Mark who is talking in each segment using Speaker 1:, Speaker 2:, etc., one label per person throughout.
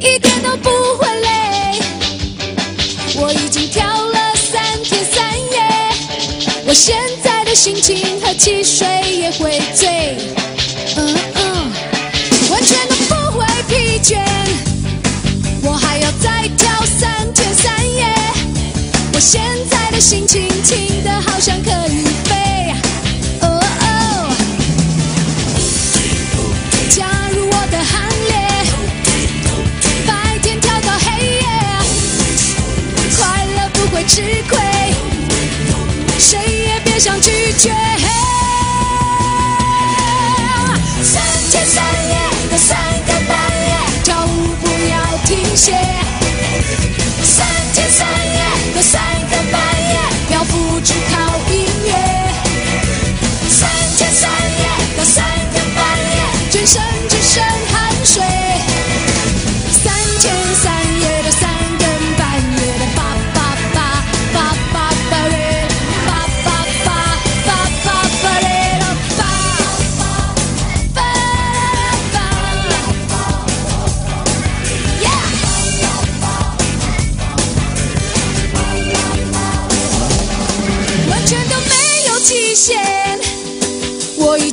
Speaker 1: 一点都不会累。我已经跳了三天三夜，我现在的心情和汽水也会醉，嗯嗯，完全都不会疲倦。我还要再跳三天三夜，我现在的心情轻的好像可以飞，哦哦，加入我的行列。白天跳到黑夜，快乐不会吃亏，谁也别想拒绝。三天三夜的三更半夜，跳舞不要停歇。三天三夜的三更半夜，要付出靠音乐。三天三夜的三更半夜，全身只剩汗水。三天三夜的三更半夜的叭叭叭叭叭叭嘞，叭叭叭叭叭叭嘞咯叭叭叭，Yeah。完全都没有极限，我已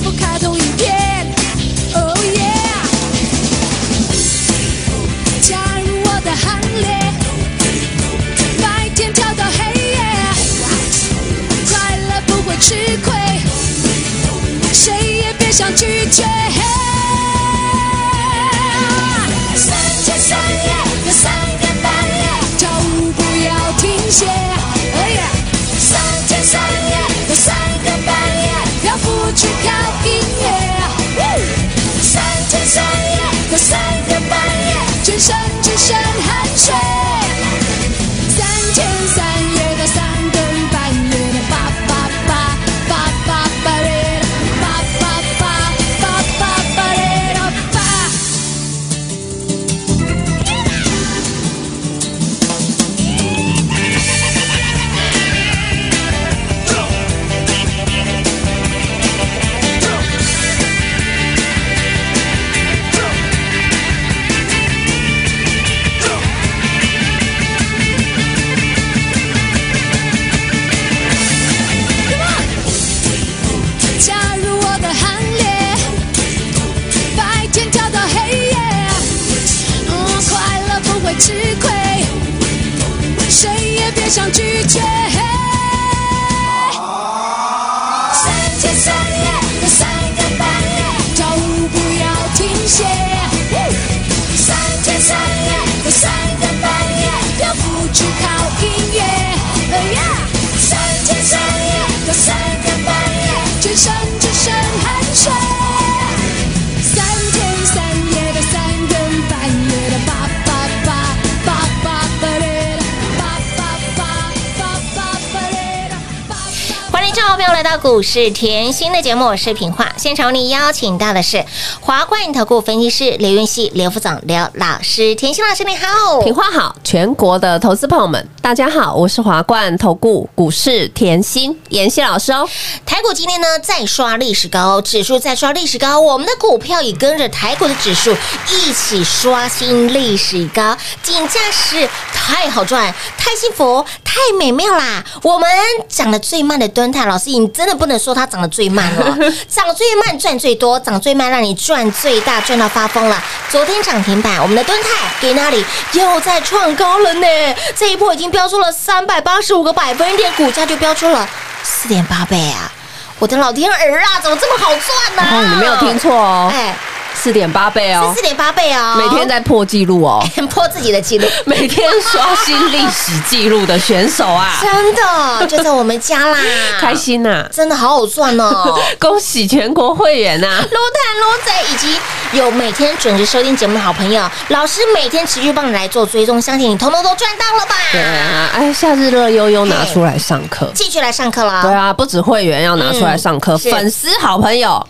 Speaker 1: 部卡通影片。Oh yeah，加入我的行列，白天跳到黑夜，快乐不会吃亏。谁也别想拒绝。三天三夜的三更半夜，跳舞不要停歇。哎呀，三天三夜的三更半夜，要付出靠音乐。三天三夜的三更半夜，全身只剩汗水。三天三夜的三更半夜的叭叭叭叭叭叭嘞，叭叭叭叭叭叭嘞啦叭。加入我的行列，白天跳到黑夜，嗯，快乐不会吃亏，谁也别想拒绝。三天三夜的三更半夜，跳舞不要停歇。三天三夜的三更半夜，要付出靠音乐。哎呀，三天三夜的三更半夜，全身只剩汗水。三天三夜的三更半夜的叭叭叭叭叭叭嘞，叭叭叭叭叭叭嘞，叭叭。
Speaker 2: 欢迎各位朋友来到股市甜心的节目，我是平化。现场为你邀请到的是华冠投顾分析师刘云熙、刘副总、刘老师，甜心老师你好。
Speaker 3: 品花好，全国的投资朋友们，大家好，我是华冠投顾股市甜心妍希老师哦。
Speaker 2: 台股今天呢再刷历史高，指数再刷历史高，我们的股票也跟着台股的指数一起刷新历史高，金价是太好赚，太幸福，太美妙啦！我们讲的最慢的蹲泰老师事情，你真的不能说它涨得最慢哦，涨最慢赚最多，涨最慢让你赚最大，赚到发疯了。昨天涨停板，我们的敦泰给那里又在创高了呢，这一波已经飙出了三百八十五个百分点，股价就飙出了四点八倍啊！我的老天儿啊，怎么这么好赚呢、
Speaker 3: 然后哎你没有听错哦，
Speaker 2: 哎，
Speaker 3: 四点八倍哦
Speaker 2: 是四，点八倍哦，
Speaker 3: 每天在破纪录哦，
Speaker 2: 在破自己的记录。
Speaker 3: 每天刷新历史纪录的选手啊，，
Speaker 2: 真的就在我们家啦
Speaker 3: 啊开，心呐、
Speaker 2: 真的好好赚哦。
Speaker 3: 恭喜全国会员啊呐、
Speaker 2: 撸探撸仔以及有每天准时收听节目的好朋友，老师每天持续帮你来做追踪，相信你通通都赚到了吧？
Speaker 3: 对啊，哎，下次乐悠悠拿出来上课。
Speaker 2: 继续来上课了，
Speaker 3: 对啊，不止会员要拿出来上课，
Speaker 2: 嗯是
Speaker 3: 粉丝好朋友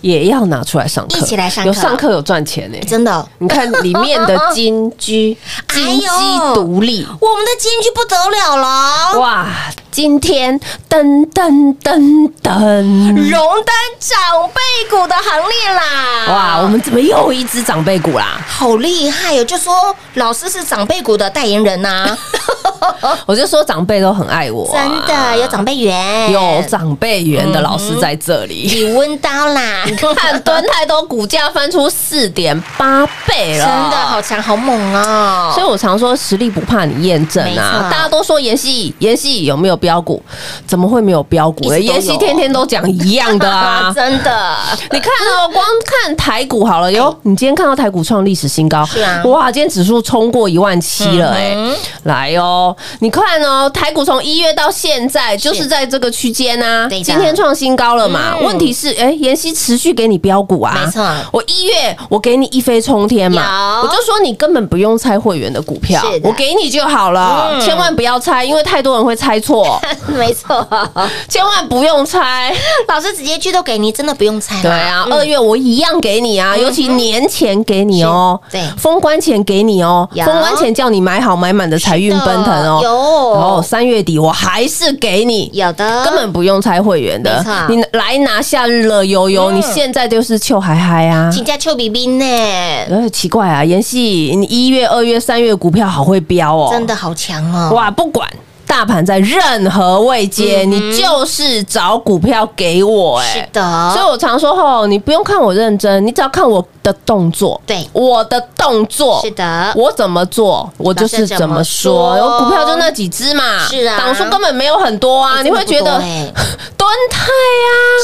Speaker 3: 也要拿出来上课，啊
Speaker 2: 一起来上课
Speaker 3: 有上课有赚钱欸呢、
Speaker 2: 真的，
Speaker 3: 你看里面的金居，
Speaker 2: 哎呦
Speaker 3: 金鸡独立。
Speaker 2: 我们的金句不得了了，
Speaker 3: 哇！今天噔噔噔噔，
Speaker 2: 荣登长辈股的行列啦！
Speaker 3: 哇！我们怎么又一只长辈股啦？
Speaker 2: 好厉害哦！就说老师是长辈股的代言人呐、
Speaker 3: 我就说长辈都很爱我啊、
Speaker 2: 哦真的有长辈嗯缘，
Speaker 3: 有长辈缘的老师在这里。
Speaker 2: 你温刀 啦，
Speaker 3: 看蹲太多，股价翻出四点八倍
Speaker 2: 真
Speaker 3: 了，
Speaker 2: 的好强好猛哦！
Speaker 3: 所以我常说实力不怕你验证
Speaker 2: 没
Speaker 3: 啊
Speaker 2: 错！
Speaker 3: 大家都说妍希，妍希有没有标股？怎么会没有标股呢？
Speaker 2: 一直都有
Speaker 3: 妍希天天都讲一样 的啊！
Speaker 2: 真的，
Speaker 3: 你看哦，光看台股好了哟，你今天看到台股创历史新高，
Speaker 2: 哎是啊
Speaker 3: 哇，今天指数冲过一万七了哎、
Speaker 2: 嗯
Speaker 3: 来哦，你看哦，台股从一月到现在就是在这个区间啊，
Speaker 2: 对的
Speaker 3: 今天创新高了嘛？
Speaker 2: 嗯
Speaker 3: 问题是，哎，妍希持续给你标股啊，
Speaker 2: 没错
Speaker 3: 我一月我给你一飞冲天
Speaker 2: 有
Speaker 3: 嘛，我就说你根本不用猜会员的股票
Speaker 2: 是，的
Speaker 3: 我给你就好了，
Speaker 2: 嗯
Speaker 3: 千万不要猜，因为太多人会猜 错，
Speaker 2: 没 错。
Speaker 3: 千万不用猜。
Speaker 2: 老师直接剧都给你，真的不用猜啦。
Speaker 3: 对啊，
Speaker 2: 嗯
Speaker 3: 二月我一样给你啊，尤其年前给你哦，
Speaker 2: 嗯是对
Speaker 3: 封关前给你哦，
Speaker 2: 有
Speaker 3: 封关前叫你买好买满的财运奔腾哦，
Speaker 2: 有
Speaker 3: 然后三月底我还是给你。
Speaker 2: 有的，
Speaker 3: 根本不用拆会员的
Speaker 2: 没错，
Speaker 3: 你来拿夏日乐悠悠，
Speaker 2: 嗯
Speaker 3: 你现在就是秋嗨嗨啊！
Speaker 2: 请假邱比冰呢，
Speaker 3: 呃，奇怪啊，妍希，你一月、二月、三月股票好会飙哦，
Speaker 2: 真的好强哦！嗯
Speaker 3: 哇！不管大盘在任何位阶，你就是找股票给我，哎，
Speaker 2: 是的，
Speaker 3: 所以我常说吼，你不用看我认真，你只要看我的动作，
Speaker 2: 对
Speaker 3: 我的动作
Speaker 2: 是。的，
Speaker 3: 我怎么做，我就是怎么说。
Speaker 2: 老师怎么说
Speaker 3: 我股票就那几只嘛，
Speaker 2: 是啊
Speaker 3: 档数根本没有很多啊，
Speaker 2: 哎
Speaker 3: 你会觉
Speaker 2: 真
Speaker 3: 得
Speaker 2: 的不多哎
Speaker 3: 蹲泰啊、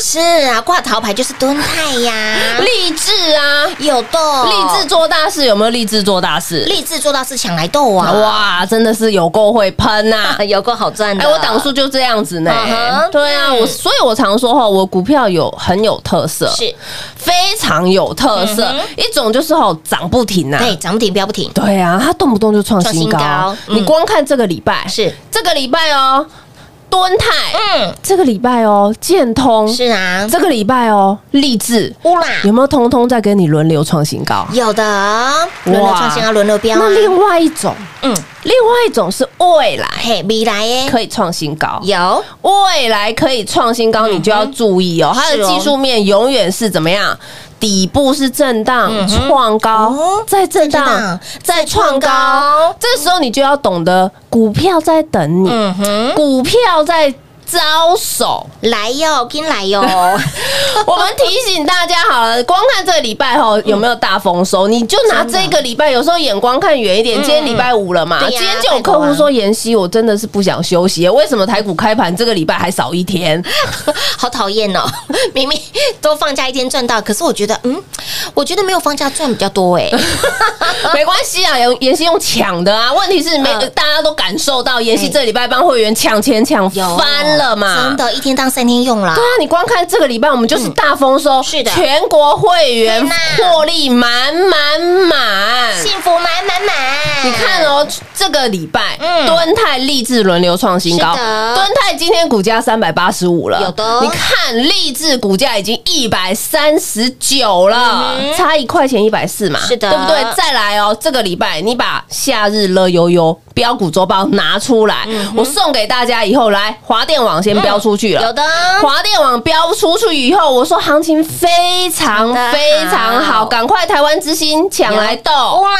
Speaker 2: 是啊，挂桃牌就是蹲泰 呀，
Speaker 3: 励志啊、
Speaker 2: 有的，
Speaker 3: 励志做大事，有没有励志做大事？
Speaker 2: 哦励志做到是抢来斗啊！
Speaker 3: 哇，真的是有够会喷呐！
Speaker 2: 有够好赚的，
Speaker 3: 哎，我档数就这样子呢
Speaker 2: 嗯哼。
Speaker 3: 对啊，
Speaker 2: 嗯
Speaker 3: 我所以，我常说哈，我股票有很有特色，
Speaker 2: 是
Speaker 3: 非常有特色。
Speaker 2: 嗯
Speaker 3: 一种就是吼涨不停呐、
Speaker 2: 对，哎涨不停标不停，
Speaker 3: 对啊，它动不动就创新高。
Speaker 2: 创新高嗯
Speaker 3: 你光看这个礼拜，
Speaker 2: 是
Speaker 3: 这个礼拜哦，敦泰，
Speaker 2: 嗯，
Speaker 3: 这个礼拜哦，建通，
Speaker 2: 是啊，
Speaker 3: 这个礼拜哦，励志，
Speaker 2: 乌啦，
Speaker 3: 有没有通通在跟你轮流创新高？
Speaker 2: 有的轮流
Speaker 3: 哇
Speaker 2: 创新啊，轮流标啊
Speaker 3: 那，另外一种，
Speaker 2: 嗯，
Speaker 3: 另外一种是未来
Speaker 2: 嘿，未来耶，
Speaker 3: 可以创新高。
Speaker 2: 哎有嗯
Speaker 3: 未来可以创新高，你就要注意哦，它的
Speaker 2: 是哦
Speaker 3: 技术面永远是怎么样？底部是震荡，创高
Speaker 2: 嗯哦，
Speaker 3: 再震
Speaker 2: 再震
Speaker 3: 荡
Speaker 2: 荡，再
Speaker 3: 再创
Speaker 2: 创
Speaker 3: 高
Speaker 2: 高。
Speaker 3: 这时候你就要懂得，股票在等你，
Speaker 2: 嗯哼，
Speaker 3: 股票在 招手。
Speaker 2: 来哟，跟来哟，
Speaker 3: 我们提醒大家好了，光看这个礼拜
Speaker 2: 嗯
Speaker 3: 吼有没有大丰收，你就拿这个礼拜，有时候眼光看远
Speaker 2: 嗯
Speaker 3: 一点。今天礼拜五了嘛，
Speaker 2: 对呀
Speaker 3: 今天就有客户说：“妍希，我真的是不想休息，为什么台股开盘这个礼拜还少一天？”
Speaker 2: 好讨厌哦！ 明明都放假一天赚到，可是我觉得，嗯，我觉得没有放假赚比较多 哎。
Speaker 3: 没关系啊，妍妍希用抢的啊，问题是没、
Speaker 2: 嗯
Speaker 3: 大家都感受到妍希这礼拜帮会员抢钱抢
Speaker 2: 有
Speaker 3: 翻了嘛，
Speaker 2: 真。的，一天当三天用啦
Speaker 3: 对。啊，你光看这个礼拜，我们就是大丰收，
Speaker 2: 嗯是的
Speaker 3: 全国会员
Speaker 2: 天哪
Speaker 3: 获利满满满。
Speaker 2: 幸福满满满，
Speaker 3: 你看，哦，这个礼拜，
Speaker 2: 嗯
Speaker 3: 敦泰励志轮流创新高，
Speaker 2: 是的
Speaker 3: 敦泰今天股价三百八十五了，
Speaker 2: 有的
Speaker 3: 你看励志股价已经一百三十九了，差一块钱一百四嘛，
Speaker 2: 嗯是的
Speaker 3: 对不对？再来哦，这个礼拜你把
Speaker 2: 嗯
Speaker 3: 夏日乐悠悠标股周报拿出来，我送给大家以后来，华电网网先标出去了，
Speaker 2: 有的
Speaker 3: 华电网标出去以后，我说行情非常
Speaker 2: 真的
Speaker 3: 非常
Speaker 2: 好
Speaker 3: 好，赶快台湾之星抢来斗。
Speaker 2: 哇，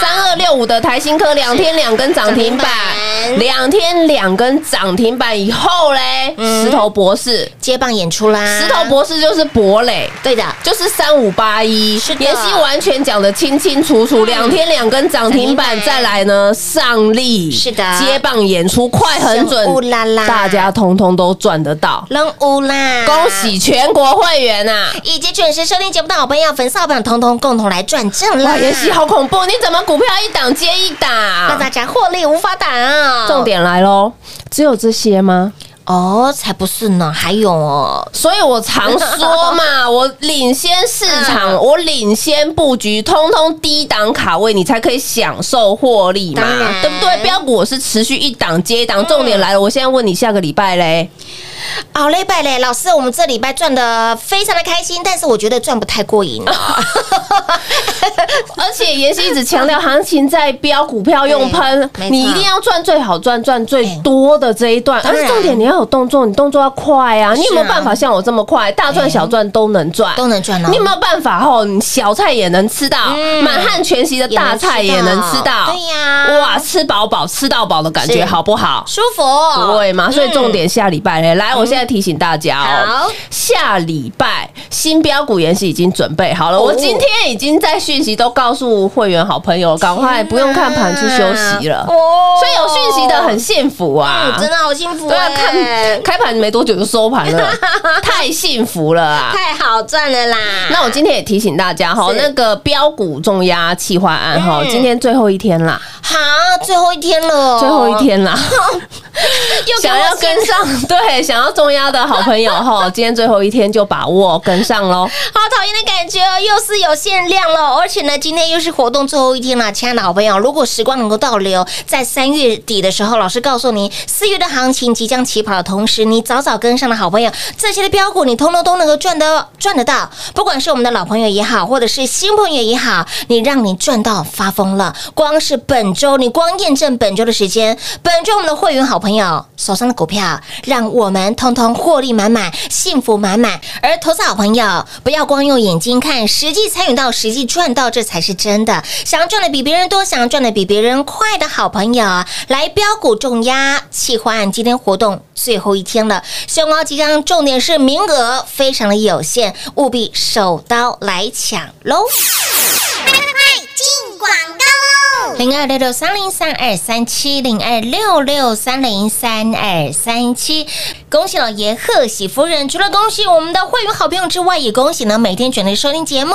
Speaker 3: 三二六五的台新科两天两根涨停板
Speaker 2: 涨停，板
Speaker 3: 两天两根涨停板以后嘞，
Speaker 2: 嗯
Speaker 3: 石头博士，
Speaker 2: 接棒演出啦，
Speaker 3: 石头博士就是博磊，
Speaker 2: 对的，
Speaker 3: 就是三五八一，
Speaker 2: 是的嗯
Speaker 3: 妍希完全讲的清清楚楚，两天两根涨停
Speaker 2: 涨
Speaker 3: 板，
Speaker 2: 停板
Speaker 3: 再来呢上力
Speaker 2: 是的
Speaker 3: 接棒演出快很准
Speaker 2: 神，乌拉拉
Speaker 3: 大家通通都赚得到，
Speaker 2: 扔乌啦，
Speaker 3: 恭！喜全国会员啊！
Speaker 2: 以及准时收听节目的好朋友、粉丝好朋友，通通共同来赚正啦
Speaker 3: 哇，！妍希好恐怖，你怎么股票一档接一
Speaker 2: 让
Speaker 3: 档？
Speaker 2: 大家获利无法挡、
Speaker 3: 重点来喽，只有这些吗？
Speaker 2: 哦，才不是呢，还有哦，
Speaker 3: 所以我常说嘛， 我领先市场，我领先布局，通通低档卡位，你才可以享受获利嘛
Speaker 2: 当然，
Speaker 3: 对不对？标股我是持续一档接一档，重点来了，我现在问你，下个礼拜嘞，
Speaker 2: 好嘞，拜嘞，老师，我们这礼拜赚的非常的开心，但是我觉得赚不太过瘾
Speaker 3: 啊
Speaker 2: 哦。
Speaker 3: 而且妍希一直强调，行情在标股票用喷
Speaker 2: 对没，错
Speaker 3: 你一定要赚最好赚赚最多的这一段，
Speaker 2: 当
Speaker 3: 而
Speaker 2: 然
Speaker 3: 且重点你要有动作，你动作要快啊，你有没有
Speaker 2: 是啊
Speaker 3: 办法像我这么快，大赚小赚都能赚，
Speaker 2: 都能赚哦
Speaker 3: 你有没有办法吼？你小菜也能吃到，
Speaker 2: 嗯
Speaker 3: 满汉全席的大菜也能吃到，
Speaker 2: 哦对呀，
Speaker 3: 哇，吃饱饱吃到饱的感
Speaker 2: 是
Speaker 3: 觉好不好？
Speaker 2: 舒服，哦
Speaker 3: 对嘛？所以重点下礼拜嘞，来，我现在提醒大家
Speaker 2: 嗯好
Speaker 3: 哦，下礼拜新标股研习已经准备
Speaker 2: 哦
Speaker 3: 好了，我今天已经在讯息都告诉会员好朋友，赶快不用看盘去休息了，
Speaker 2: 啊哦
Speaker 3: 所以有讯息的很幸福啊
Speaker 2: 嗯， 真的好幸福
Speaker 3: 对啊，
Speaker 2: 哎
Speaker 3: 看开盘没多久就收盘 了，太幸福了啊！
Speaker 2: 太好赚了啦。
Speaker 3: 那我今天也提醒大家哈，
Speaker 2: 是
Speaker 3: 那个标股重压企划案
Speaker 2: 嗯
Speaker 3: 哈，
Speaker 2: 哦
Speaker 3: 今天最后一天啦，
Speaker 2: 好，最后一天了，
Speaker 3: 最后一，天啦，
Speaker 2: 又给
Speaker 3: 想要
Speaker 2: 我跟
Speaker 3: 跟上， 对，想要重压的好朋友哈， 今天最后一天就把握跟上喽。
Speaker 2: 好讨厌的感觉哦，又是有限量了，而且呢，今天又是活动最后一天了，亲爱的好朋友，如果时光能够倒流，在三月底的时候，老师告诉你，四月的行情即将起跑的同时，你早早跟上的好朋友，这些的标股你通通都能够赚得赚得到，不管是我们的老朋友也好，或者是新朋友也好，你让你赚到发疯了。光是本周，你光验证本周的时间，本周我们的会员好朋友手上的股票，让我们通通获利满满，幸福满满。而投资好朋友，不要光用眼睛看，实际参与到，实际赚到，这才是真的。想要赚的比别人多，想要赚的比别人快的好朋友，来标股重压企划案，今天活动最后一天了，熊猫鸡刚，重点是名额非常的有限，务必手刀来抢喽！零二六六三零三二三七零二六六三零三二三七。恭喜老爷，贺喜夫人！除了恭喜我们的会员好朋友之外，也恭喜呢每天准时收听节目、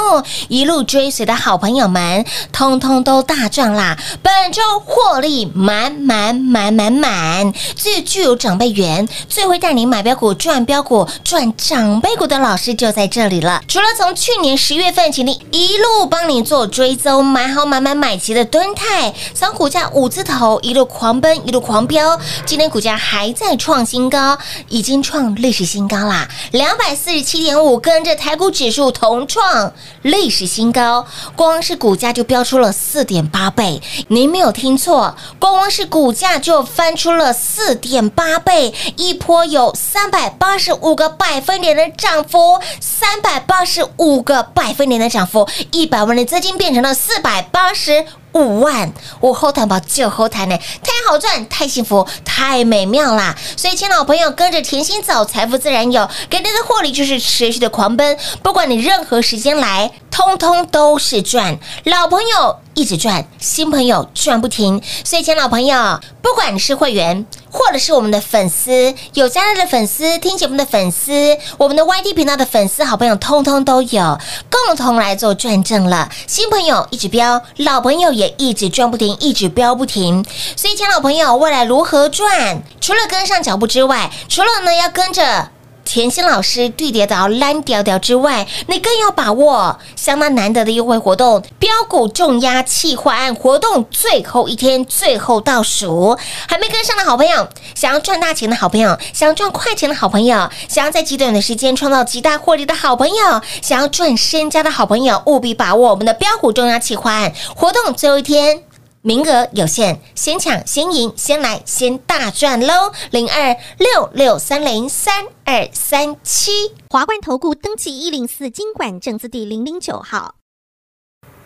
Speaker 2: 一路追随的好朋友们，通通都大赚啦！本周获利满满满满满，最具有长辈缘，最会带你买标股、赚标股、赚长辈股的老师就在这里了。除了从去年十月份起，你一路帮你做追踪，买好买买买齐的蹲态，从股价五字头一路狂奔，一路狂飙，今天股价还在创新高，已经创历史新高啦，两百四十七点五，跟着台股指数同创历史新高，光是股价就飙出了四点八倍，您没有听错，光是股价就翻出了四点八倍，一波有三百八十五个百分点的涨幅，三百八十五个百分点的涨幅，一百万的资金变成了四百八十。五万，我后台宝就后台呢，太好赚，太幸福，太美妙啦！所以，亲老朋友，跟着甜心走，财富自然有，给大家的获利就是持续的狂奔，不管你任何时间来，通通都是赚。老朋友一直赚，新朋友赚不停。所以，亲老朋友，不管你是会员。或者是我们的粉丝，有加入的粉丝，听节目的粉丝，我们的 YT 频道的粉丝，好朋友通通都有，共同来做转正了。新朋友一直飙，老朋友也一直转不停，一直飙不停。所以，亲老朋友，未来如何赚？除了跟上脚步之外，除了呢要跟着。甜心老师对跌到烂屌屌之外，你更要把握相当难得的优惠活动——标股重压企划案活动最后一天、最后倒数，还没跟上的好朋友，想要赚大钱的好朋友，想要赚快钱的好朋友，想要在极短的时间创造极大获利的好朋友，想要赚身家的好朋友，务必把握我们的标股重压企划案活动最后一天。名额有限，先抢先赢，先来先大赚喽！零二六六三零三二三七。
Speaker 4: 华冠投顾登记一零四经管证字第零零九号。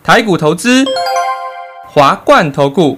Speaker 5: 台股投资，华冠投顾。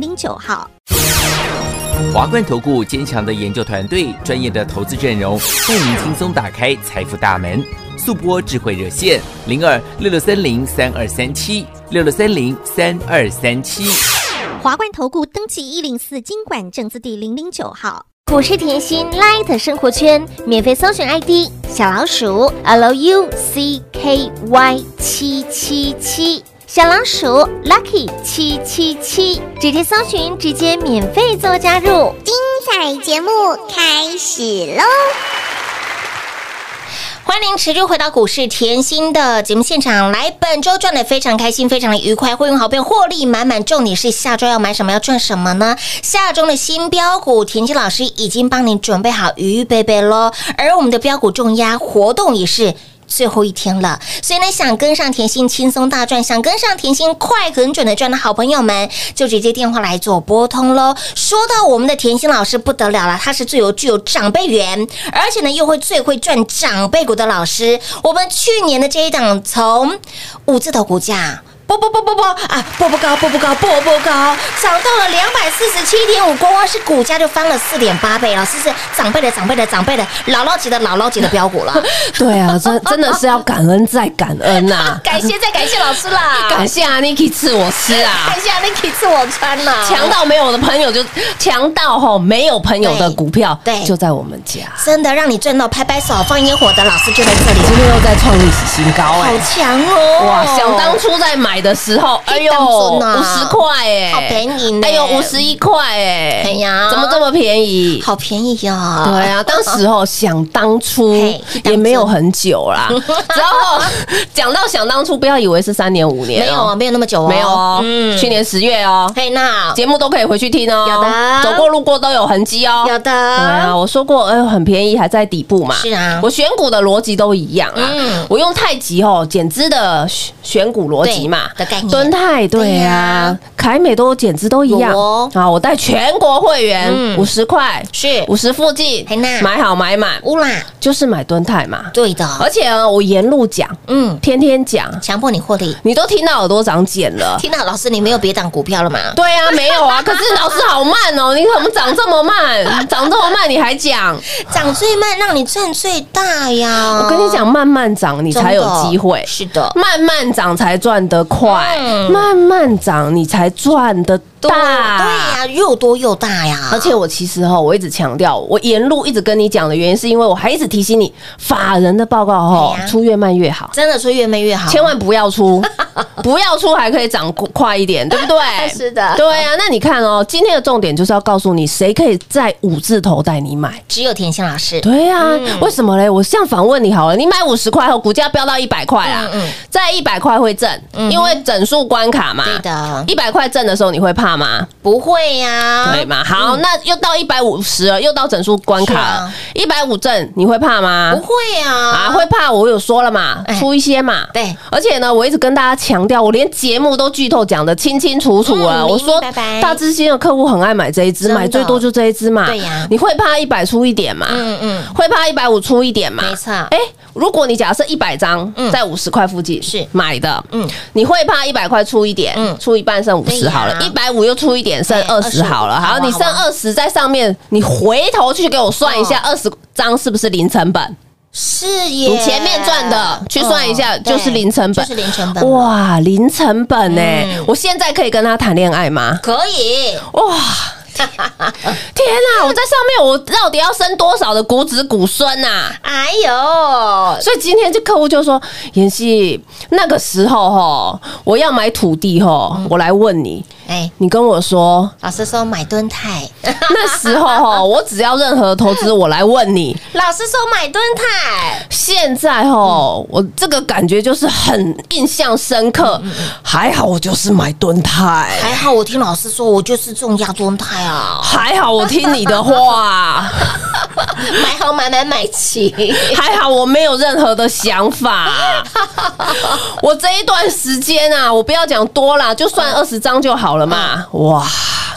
Speaker 4: 零九号。
Speaker 6: 华冠投顾坚强的研究团队，专业的投资阵容，带您轻松打开财富大门。速播智慧热线零二六六三零三二三七六六三零三二三七。
Speaker 4: 华冠投顾登记一零四经管证字第零零九号。
Speaker 7: 股市甜心 Light 生活圈免费搜寻 ID 小老鼠 Lucky 七七七，小老鼠 Lucky 七七七，直接搜寻，直接免费做加入。
Speaker 4: 彩节目开始喽！
Speaker 2: 欢迎持续回到股市甜心的节目现场，来本周赚的非常开心，非常的愉快，会用好朋友获利满满。重点是下周要买什么，要赚什么呢？下周的新标股，甜心老师已经帮您准备好鱼贝贝喽。而我们的标股重压活动也是。最后一天了，所以呢，想跟上甜心轻松大赚，想跟上甜心快很准的赚的好朋友们，就直接电话来做拨通喽。说到我们的甜心老师不得了了，他是最有具有长辈缘，而且呢又会最会赚长辈股的老师。我们去年的这一档从五字头股价。波波波波波啊，波波高，波波高，波波高，涨到了两百四十七点五，光光是股价就翻了四点八倍了，是不是长辈的长辈的长辈的姥姥级的姥姥级的标股了？
Speaker 3: 对啊， 真真的是要感恩再 感恩呐、
Speaker 2: 感谢再感谢老师啦，
Speaker 3: 感谢啊 Niki 赐我吃 啊
Speaker 2: 感。谢 Niki 赐我穿啦，
Speaker 3: 强到没有的朋友就强到吼，没有朋友的股票
Speaker 2: 对对
Speaker 3: 就在我们家，
Speaker 2: 真的让你赚到拍拍手放烟火的老师就在这
Speaker 3: 今
Speaker 2: 里，
Speaker 3: 天又在创历史新高
Speaker 2: 好
Speaker 3: 哎、
Speaker 2: 强哦！
Speaker 3: 哇，想当初在买的时候，哎呦，
Speaker 2: 当初呢
Speaker 3: 五十块哎，
Speaker 2: 好便宜呢
Speaker 3: 哎呦，五十一块哎，
Speaker 2: 哎呀
Speaker 3: 怎么这么便宜？
Speaker 2: 好便宜呀，
Speaker 3: 对啊，当时候想当初
Speaker 2: 嘿
Speaker 3: 也没有很 久啦，然后讲到想当初，不要以为是三年五年哦，
Speaker 2: 没有啊，没有那么久哦，
Speaker 3: 没有哦，去年十月哦，
Speaker 2: 嘿那
Speaker 3: 节目都可以回去听哦，
Speaker 2: 有的
Speaker 3: 走过路过都有痕迹哦，
Speaker 2: 有
Speaker 3: 对
Speaker 2: 的，
Speaker 3: 啊，我说过，哎、很便宜，还在底部嘛。
Speaker 2: 是啊
Speaker 3: 我选股的逻辑都一样啊。
Speaker 2: 嗯
Speaker 3: 我用太极哦，减资的选选股逻辑嘛
Speaker 2: 对的概念
Speaker 3: 敦泰对
Speaker 2: 对
Speaker 3: 啊
Speaker 2: 呀，
Speaker 3: 凯美都减资都一样
Speaker 2: 有哦
Speaker 3: 啊。我带全国会员
Speaker 2: 嗯
Speaker 3: 五十块，
Speaker 2: 是
Speaker 3: 五十附近
Speaker 2: 嘿呐
Speaker 3: 买好买满，
Speaker 2: 乌啦，
Speaker 3: 就是买敦泰嘛。
Speaker 2: 对的，
Speaker 3: 而且呢，我沿路讲，
Speaker 2: 嗯，
Speaker 3: 天天讲，
Speaker 2: 强迫你获利。
Speaker 3: 你都听到耳朵长茧了。
Speaker 2: 听到老师，你没有别档股票了吗？
Speaker 3: 对啊，没有啊， 可是老师好慢哦，你怎么长这么 慢？长这么慢你还讲？
Speaker 2: 涨最慢，让你赚最大呀！
Speaker 3: 我跟你讲，慢慢涨你
Speaker 2: 真的，
Speaker 3: 才有机会，
Speaker 2: 是的，
Speaker 3: 慢慢涨才赚得快，
Speaker 2: 嗯
Speaker 3: 慢慢涨你才赚得
Speaker 2: 多对
Speaker 3: 大。
Speaker 2: 呀，又多又大呀！
Speaker 3: 而且我其实哈，我一直强调，我沿路一直跟你讲的原因，是因为我还一直提醒你，法人的报告哈
Speaker 2: 哎，呀
Speaker 3: 出越慢越好，
Speaker 2: 真的说越卖越好，
Speaker 3: 千万不要 出，不要出还可以涨快一点，对不对？
Speaker 2: 是的，
Speaker 3: 对啊，那你看哦，今天的重点就是要告诉你，谁可以在五字头带你买。
Speaker 2: 只有甜心老师，
Speaker 3: 对啊，
Speaker 2: 嗯
Speaker 3: 为什么嘞？我这样反问你好了，你买五十块后，股价飙到一百块啦，
Speaker 2: 嗯嗯嗯
Speaker 3: 在一百块会挣，因为整数关卡嘛。
Speaker 2: 对的，
Speaker 3: 一百块挣的时候你会怕吗？
Speaker 2: 不会呀，
Speaker 3: 对嘛？好，那又到一百五十了，又到整数关卡
Speaker 2: 嗯是
Speaker 3: 了
Speaker 2: 啊，
Speaker 3: 一百五挣你会怕吗
Speaker 2: 不？会
Speaker 3: 啊，
Speaker 2: 啊，
Speaker 3: 会怕！我有说了嘛，
Speaker 2: 哎
Speaker 3: 出一些嘛。
Speaker 2: 对，
Speaker 3: 而且呢，我一直跟大家强调，我连节目都剧透讲的清清楚楚了。
Speaker 2: 嗯
Speaker 3: 我说
Speaker 2: 明明白白
Speaker 3: 大资金的客户很爱买这一支，
Speaker 2: 真的
Speaker 3: 买最多就这一支嘛。
Speaker 2: 对呀
Speaker 3: 你会怕一百出一点嘛？
Speaker 2: 嗯嗯，
Speaker 3: 会怕一百五出一点嘛？
Speaker 2: 没错
Speaker 3: 啊哎，如果你假设一百张
Speaker 2: 嗯
Speaker 3: 在五十块附近
Speaker 2: 是
Speaker 3: 买的，
Speaker 2: 嗯，
Speaker 3: 你会怕一百块出一点，
Speaker 2: 嗯
Speaker 3: 出一半剩五
Speaker 2: 对
Speaker 3: 十
Speaker 2: 呀
Speaker 3: 好了，一百五又出一点剩
Speaker 2: 哎
Speaker 3: 二十
Speaker 2: 25
Speaker 3: 好了，
Speaker 2: 好
Speaker 3: 好，
Speaker 2: 啊
Speaker 3: 你剩
Speaker 2: 好
Speaker 3: 二十在上面，你回头去给我算一下二十张是不是零成
Speaker 2: 哦
Speaker 3: 本？
Speaker 2: 是耶，
Speaker 3: 你前面赚的去算一下
Speaker 2: 嗯
Speaker 3: 就是零成本
Speaker 2: 对就是零成本，哇，
Speaker 3: 哇，零成本呢、
Speaker 2: 嗯
Speaker 3: 我现在可以跟他谈恋爱吗？
Speaker 2: 可以，
Speaker 3: 哇！天哪、
Speaker 2: 嗯
Speaker 3: 我在上面，我到底要生多少的骨子骨孙啊呐、
Speaker 2: 哎呦，
Speaker 3: 所以今天这客户就说：“妍希，那个时候哈，我要买土地哈，我来问你，
Speaker 2: 哎，
Speaker 3: 你跟我说，
Speaker 2: 老师说买蹲泰，
Speaker 3: 那时候哈，我只要任何投资，我来问你。
Speaker 2: 老师说买蹲泰，
Speaker 3: 现在哈，我这个感觉就是很印象深刻。还好我就是买蹲泰，
Speaker 2: 还好我听老师说，我就是中亚蹲泰啊，
Speaker 3: 还好我听你的话，
Speaker 2: 买好买买买齐，
Speaker 3: 还好我没有任何的想 法。我这一段时间啊，我不要讲多啦，就算二十张就好了嘛。哇，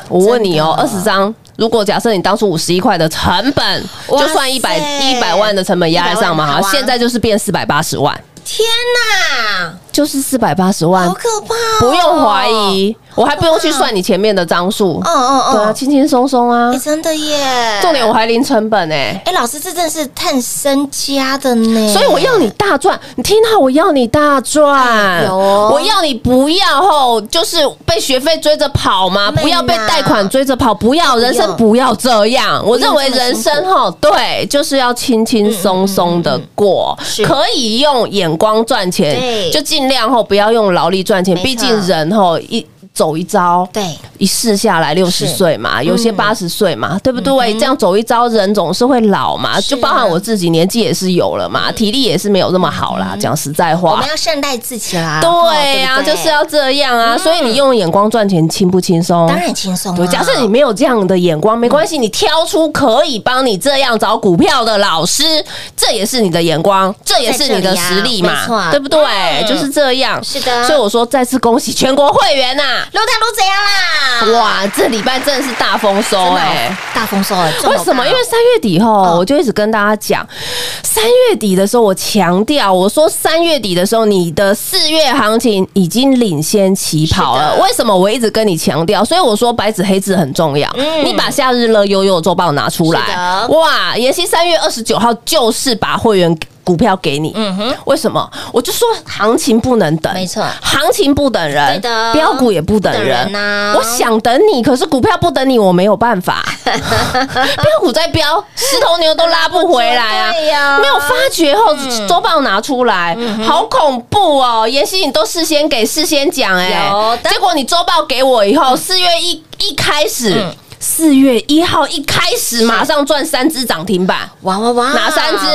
Speaker 3: 我问你哦，二十张。如果假设你当初五十一块的成本，
Speaker 2: 哇
Speaker 3: 就算一百
Speaker 2: 塞
Speaker 3: 一百万的成本压在上嘛，
Speaker 2: 100万
Speaker 3: 哈，
Speaker 2: 好啊
Speaker 3: 现在就是变四百八十万，
Speaker 2: 天哪，
Speaker 3: 就是四百八十万
Speaker 2: 好，可怕哦，
Speaker 3: 啊不用怀疑，我还不用去算你前面的张数，
Speaker 2: 嗯，嗯嗯
Speaker 3: 对啊，轻轻松松啊
Speaker 2: 哎，，真的耶！
Speaker 3: 重点我还零成本哎。
Speaker 2: 哎，老师这真的是探身家的呢，
Speaker 3: 所以我要你大赚，你听到我要你大赚
Speaker 2: 哎，有哦
Speaker 3: 我要你不要吼，就是被学费追着跑嘛，
Speaker 2: 妹呐
Speaker 3: 不要被贷款追着跑，不要人生不要这样。我认为人生吼，对，就是要轻轻松松的过，
Speaker 2: 嗯是
Speaker 3: 可以用眼光赚钱
Speaker 2: 对，
Speaker 3: 就尽量吼不要用劳力赚钱，
Speaker 2: 没错
Speaker 3: 毕竟人吼一走一遭，
Speaker 2: 对
Speaker 3: 一试下来六十岁
Speaker 2: 嗯
Speaker 3: 嘛，有些八十岁嘛，对不对？这样走一遭，人总是会老嘛，
Speaker 2: 是啊
Speaker 3: 就包含我自己年纪也是有了嘛，体力也是没有那么好啦。讲实在
Speaker 2: 嗯我
Speaker 3: 话
Speaker 2: 们，要善待自己啦，
Speaker 3: 对呀、
Speaker 2: 哦对不对
Speaker 3: 就是要这样啊。所以你用眼光赚钱轻不轻松？
Speaker 2: 当然轻松啊。
Speaker 3: 对，假设你没有这样的眼光，没关系，你挑出可以帮你这样找股票的老师，这也是你的眼光，这也是你的实力
Speaker 2: 在这里啊没错
Speaker 3: 嘛，
Speaker 2: 啊
Speaker 3: 对不对？就是这样。
Speaker 2: 是的
Speaker 3: 所以我说再次恭喜全国会员啊呐、
Speaker 2: 撸碳撸怎样啦？
Speaker 3: 哇，这礼拜真的是大丰收
Speaker 2: 啊真的
Speaker 3: 哎、
Speaker 2: 哦大丰收了，赚
Speaker 3: 为
Speaker 2: 好
Speaker 3: 什么？
Speaker 2: 大
Speaker 3: 因为三月底后，我就一直跟大家讲，三月底的时候，我强调我说三月底的时候，你的四月行情已经领先起跑了。为什么我一直跟你强调？所以我说白纸黑字很重要。你把夏日乐悠悠周报拿出来
Speaker 2: 嗯是的，
Speaker 3: 哇！妍希三月二十九号就是把会员。股票给你，嗯哼，为什么？我就说行情不能等，
Speaker 2: 没错
Speaker 3: 行情不等人，
Speaker 2: 对的
Speaker 3: 标股也不等
Speaker 2: 不等
Speaker 3: 人啊
Speaker 2: 人啊呐
Speaker 3: 我想等你，可是股票不等你，我没有 办法。标股在飙，石头牛都拉不回来啊！
Speaker 2: 对呀嗯
Speaker 3: 没有发觉后，周报拿出来，好恐怖哦！妍希，你都事先给事先讲哎
Speaker 2: 有，嗯的
Speaker 3: 结果你周报给我以后，四月一一开
Speaker 2: 嗯
Speaker 3: 始。四月一号一开始，马上赚三只涨停板，
Speaker 2: 哇哇哇！
Speaker 3: 哪三只？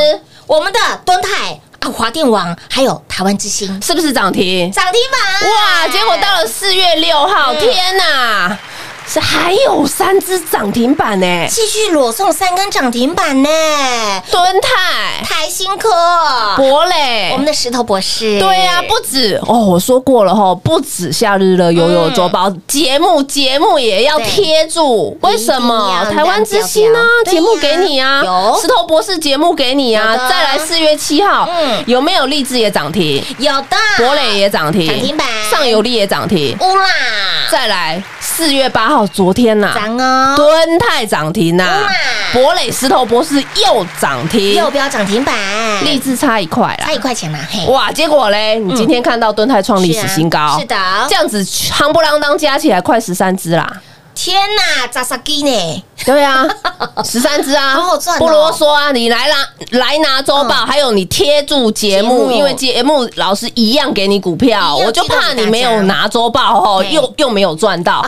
Speaker 2: 我们的敦泰啊，华电网，还有台湾之星
Speaker 3: 是不是涨停？
Speaker 2: 涨停板。
Speaker 3: 哇！结果到了四月六
Speaker 2: 嗯
Speaker 3: 号，天哪，是还有三只涨停板哎呢、
Speaker 2: 继续裸送三根涨停板呢，
Speaker 3: 敦泰、
Speaker 2: 台新科，
Speaker 3: 博磊，
Speaker 2: 啊我们的石头博士。
Speaker 3: 哎对呀、不止哦，我说过了哈，不止夏日乐悠悠周
Speaker 2: 嗯
Speaker 3: 报、节目，节目也要贴住。为什么
Speaker 2: 一定要？
Speaker 3: 台湾之星啊，
Speaker 2: 这
Speaker 3: 节
Speaker 2: 样
Speaker 3: 目
Speaker 2: 标
Speaker 3: 给
Speaker 2: 标
Speaker 3: 你啊，
Speaker 2: 对呀有
Speaker 3: 石头博士节目给你啊
Speaker 2: 有。的嗯
Speaker 3: 再来四月七号，有没有励志也涨停，
Speaker 2: 有的
Speaker 3: 博磊也涨停，
Speaker 2: 啊涨停板
Speaker 3: 上游力也涨停。
Speaker 2: 乌啦，
Speaker 3: 再来四月八号，昨天呐、
Speaker 2: 涨哦，
Speaker 3: 敦泰涨停呐、
Speaker 2: 哇
Speaker 3: 博磊石头博士又涨停，
Speaker 2: 右标涨停板，
Speaker 3: 励志差一块啦
Speaker 2: 差。一块钱啦，嘿，
Speaker 3: 啊哇，结果嘞，你今天看到敦泰创历史新高，
Speaker 2: 嗯是的
Speaker 3: 这样子夯不啷当加起来快十三只 啦。
Speaker 2: 天哪，扎萨基呢？
Speaker 3: 对啊，十三只啊，
Speaker 2: 好好赚哦嗯
Speaker 3: 不啰嗦啊，你来啦，来拿周报，还有你贴住节目，
Speaker 2: 节目
Speaker 3: 因为节目老师一样给你股票，
Speaker 2: 一样
Speaker 3: 我就怕你没有拿周报哦，
Speaker 2: 对
Speaker 3: 又又没有 赚到。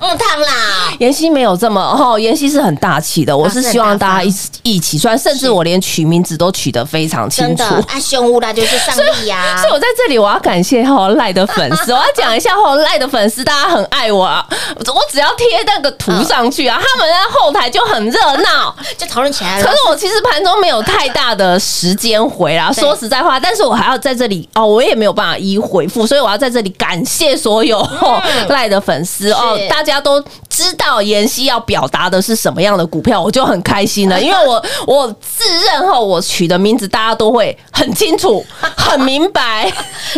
Speaker 2: 木汤啦，
Speaker 3: 妍希没有这么哦，妍希是很大气的，
Speaker 2: 啊
Speaker 3: 我是希望大家一起一起赚，甚至我连取名字都取得非常
Speaker 2: 真
Speaker 3: 清楚
Speaker 2: 的。啊，凶乌啦就是上帝呀
Speaker 3: 所以，我在这里我要感谢哈赖的粉丝，我要讲一下哈赖的粉丝，大家很爱我啊，我只要贴那个图上去啊，他们在后台就很热闹。
Speaker 2: 就讨论起来
Speaker 3: 可
Speaker 2: 了
Speaker 3: 是。我其实盘中没有太大的时间回啦，
Speaker 2: 对
Speaker 3: 说实在话，但是我还要在这里哦，我也没有办法一一回复，所以我要在这里感谢所有 吼赖的粉丝哦，大家都知道妍希要表达的是什么样的股票，我就很开心了，因为我我自认后我取的名字大家都会很清楚、很明白，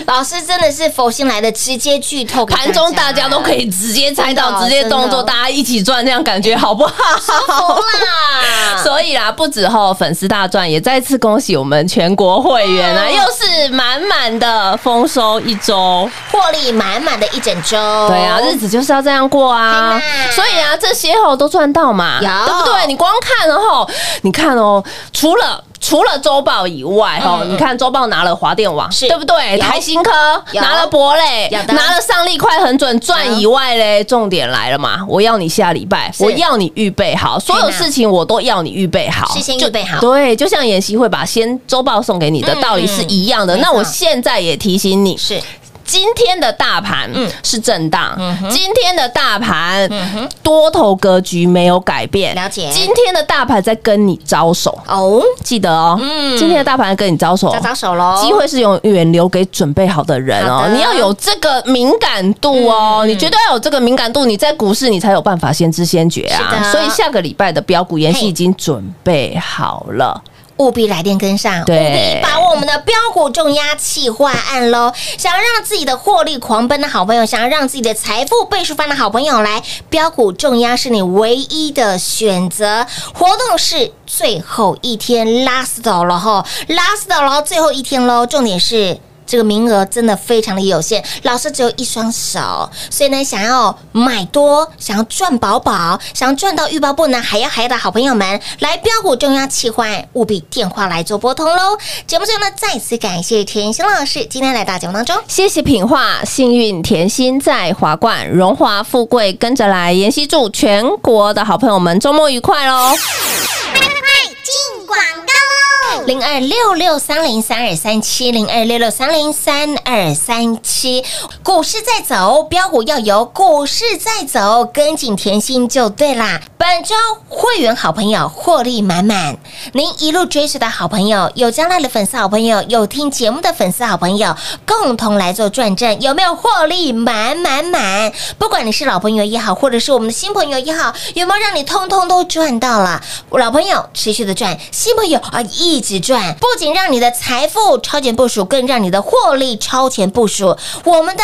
Speaker 2: 老师真的是佛心来的，直接剧透给
Speaker 3: 盘中大家都可以直接猜
Speaker 2: 真
Speaker 3: 到，
Speaker 2: 的
Speaker 3: 直接动
Speaker 2: 真
Speaker 3: 作，
Speaker 2: 的
Speaker 3: 大家一起赚，这样感觉好不好？
Speaker 2: 啦。
Speaker 3: 所以啦，不止后粉丝大赚，也再次恭喜我们全国会员
Speaker 2: 哦
Speaker 3: 啊，又是满满的丰收一周。
Speaker 2: 获利满满的一整周。
Speaker 3: 对啊，日子就是要这样过啊
Speaker 2: 对啦。
Speaker 3: 所以啊，这些哦都赚到嘛，
Speaker 2: 有
Speaker 3: 对不对？你光看哦，你看哦，除了。除了周报以外，哈，你看周报拿了华电网，
Speaker 2: 嗯是
Speaker 3: 对不对？
Speaker 2: 有
Speaker 3: 台新科
Speaker 2: 有
Speaker 3: 拿了博磊
Speaker 2: 有，的
Speaker 3: 拿了上力快很准赚以外嘞，重点来了嘛，我要你下礼拜，
Speaker 2: 是
Speaker 3: 我要你预备好，所有
Speaker 2: 天哪
Speaker 3: 事情我都要你预备好，
Speaker 2: 事先
Speaker 3: 就
Speaker 2: 预备好
Speaker 3: 对，就像妍希会把先周报送给你的道理是一样的。
Speaker 2: 嗯没
Speaker 3: 那我
Speaker 2: 错
Speaker 3: 现在也提醒你，
Speaker 2: 是
Speaker 3: 今天的大盘
Speaker 2: 嗯
Speaker 3: 是震荡，今天的大盘多头格局没有改变，
Speaker 2: 了解
Speaker 3: 今天的大盘在跟你招手，
Speaker 2: 哦，
Speaker 3: 记得哦，
Speaker 2: 嗯
Speaker 3: 今天的大盘在跟你招手
Speaker 2: 招。招手喽，
Speaker 3: 机会是永远留给准备好的人
Speaker 2: 好
Speaker 3: 哦
Speaker 2: 的，嗯
Speaker 3: 你要有这个敏感度哦，你绝对要有这个敏感度，你在股市你才有办法先知先觉
Speaker 2: 是
Speaker 3: 啊
Speaker 2: 的。
Speaker 3: 所以下个礼拜的标股研
Speaker 2: 嘿
Speaker 3: 习已经准备好了，
Speaker 2: 务必来电跟上，务
Speaker 3: 对
Speaker 2: 必把握我们的标股重压企划案喽！想要让自己的获利狂奔的好朋友，想要让自己的财富倍数翻的好朋友，来标股重压是你唯一的选择。活动是最后一天，last 了哈，last 了，最后一天喽！重点是。这个名额真的非常的有限，老师只有一双手，所以呢，想要买多，想要赚饱饱，想要赚到欲罢不能，还要还要的好朋友们，来标股重要企划，务必电话来做拨通喽。节目最后呢，再次感谢田心老师今天来到节目当中。
Speaker 3: 谢谢品画，幸运甜心在华冠，荣华富贵跟着来。妍希祝全国的好朋友们周末愉快喽！
Speaker 7: 进广告喽！
Speaker 2: 零二六六三零三二三七零二六六三零三二三七。股市在走，标股要有，股市在走，跟紧甜心就对啦。本周会员好朋友获利满满，您一路追随的好朋友，有将来的粉丝好朋友，有听节目的粉丝好朋友，共同来做转正，有没有获利满满满？不管你是老朋友也好，或者是我们的新朋友也好，有没有让你通通都赚到了？老朋友持续的赚，新朋友啊一直赚，不仅让你的财富超前部署，更让你的获利超前部署。我们的。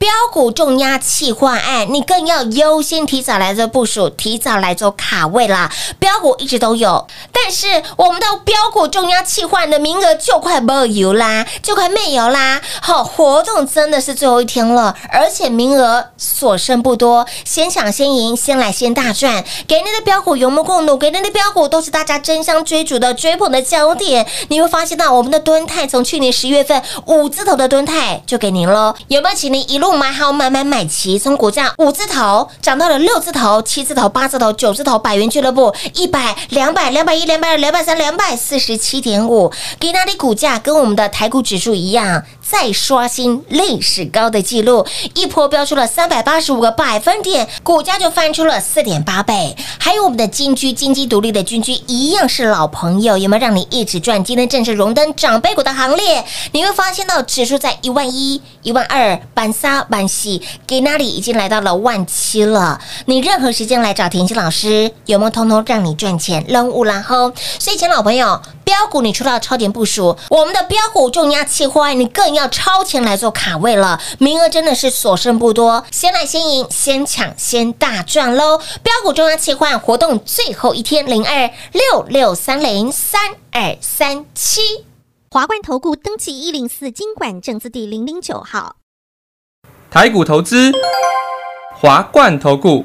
Speaker 2: 标股重压企划案，你更要优先提早来做部署，提早来做卡位啦。标股一直都有，但是我们的标股重压企划案的名额就快没有啦，就快没有啦。好，活动真的是最后一天了，而且名额所剩不多，先抢先赢，先来先大赚。给你的标股有目共睹，给你的标股都是大家争相追逐的、追捧的焦点。你会发现到我们的蹲泰从去年十月份五字头的蹲泰就给您喽，有没有？请您一路买好、买买买齐，从股价五字头涨到了六字头、七字头、八字头、九字头，百元俱乐部一百、两百、两百一、两百二、两百三、两百四十七点五，给那里股价跟我们的台股指数一样，再刷新历史高的记录，一波标出了三百八十五个百分点，股价就翻出了四点八倍。还有我们的金居金鸡独立的金居一样是老朋友，有没有让你一直赚？今天正式荣登长辈股的行列，你会发现到指数在一万一、一万二、板三、板四，给那里已经来到了万七了。你任何时间来找田心老师，有没有通通让你赚钱？扔五然后，所以，请老朋友，标股你除了要超前部署，我们的标股重压企划，你更要超前来做卡位了。名额真的是所剩不多，先来先赢，先抢先大赚喽！标股重压企划活动最后一天，零二六六三零三二三七。
Speaker 4: 华冠投顾登记一零四经管证字第零零九号。
Speaker 5: 台股投资，华冠投顾。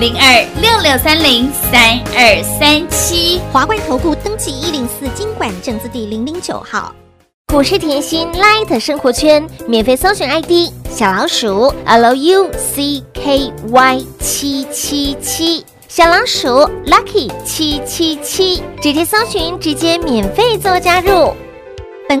Speaker 8: 零二六六三零三二三七。
Speaker 4: 华冠投顾登记一零四经管证字第零零九号。
Speaker 7: 股市甜心 Light 生活圈免费搜寻 ID 小老鼠 Lucky 七七七，小老鼠 Lucky 七七七，直接搜寻，直接免费做加入。
Speaker 4: 本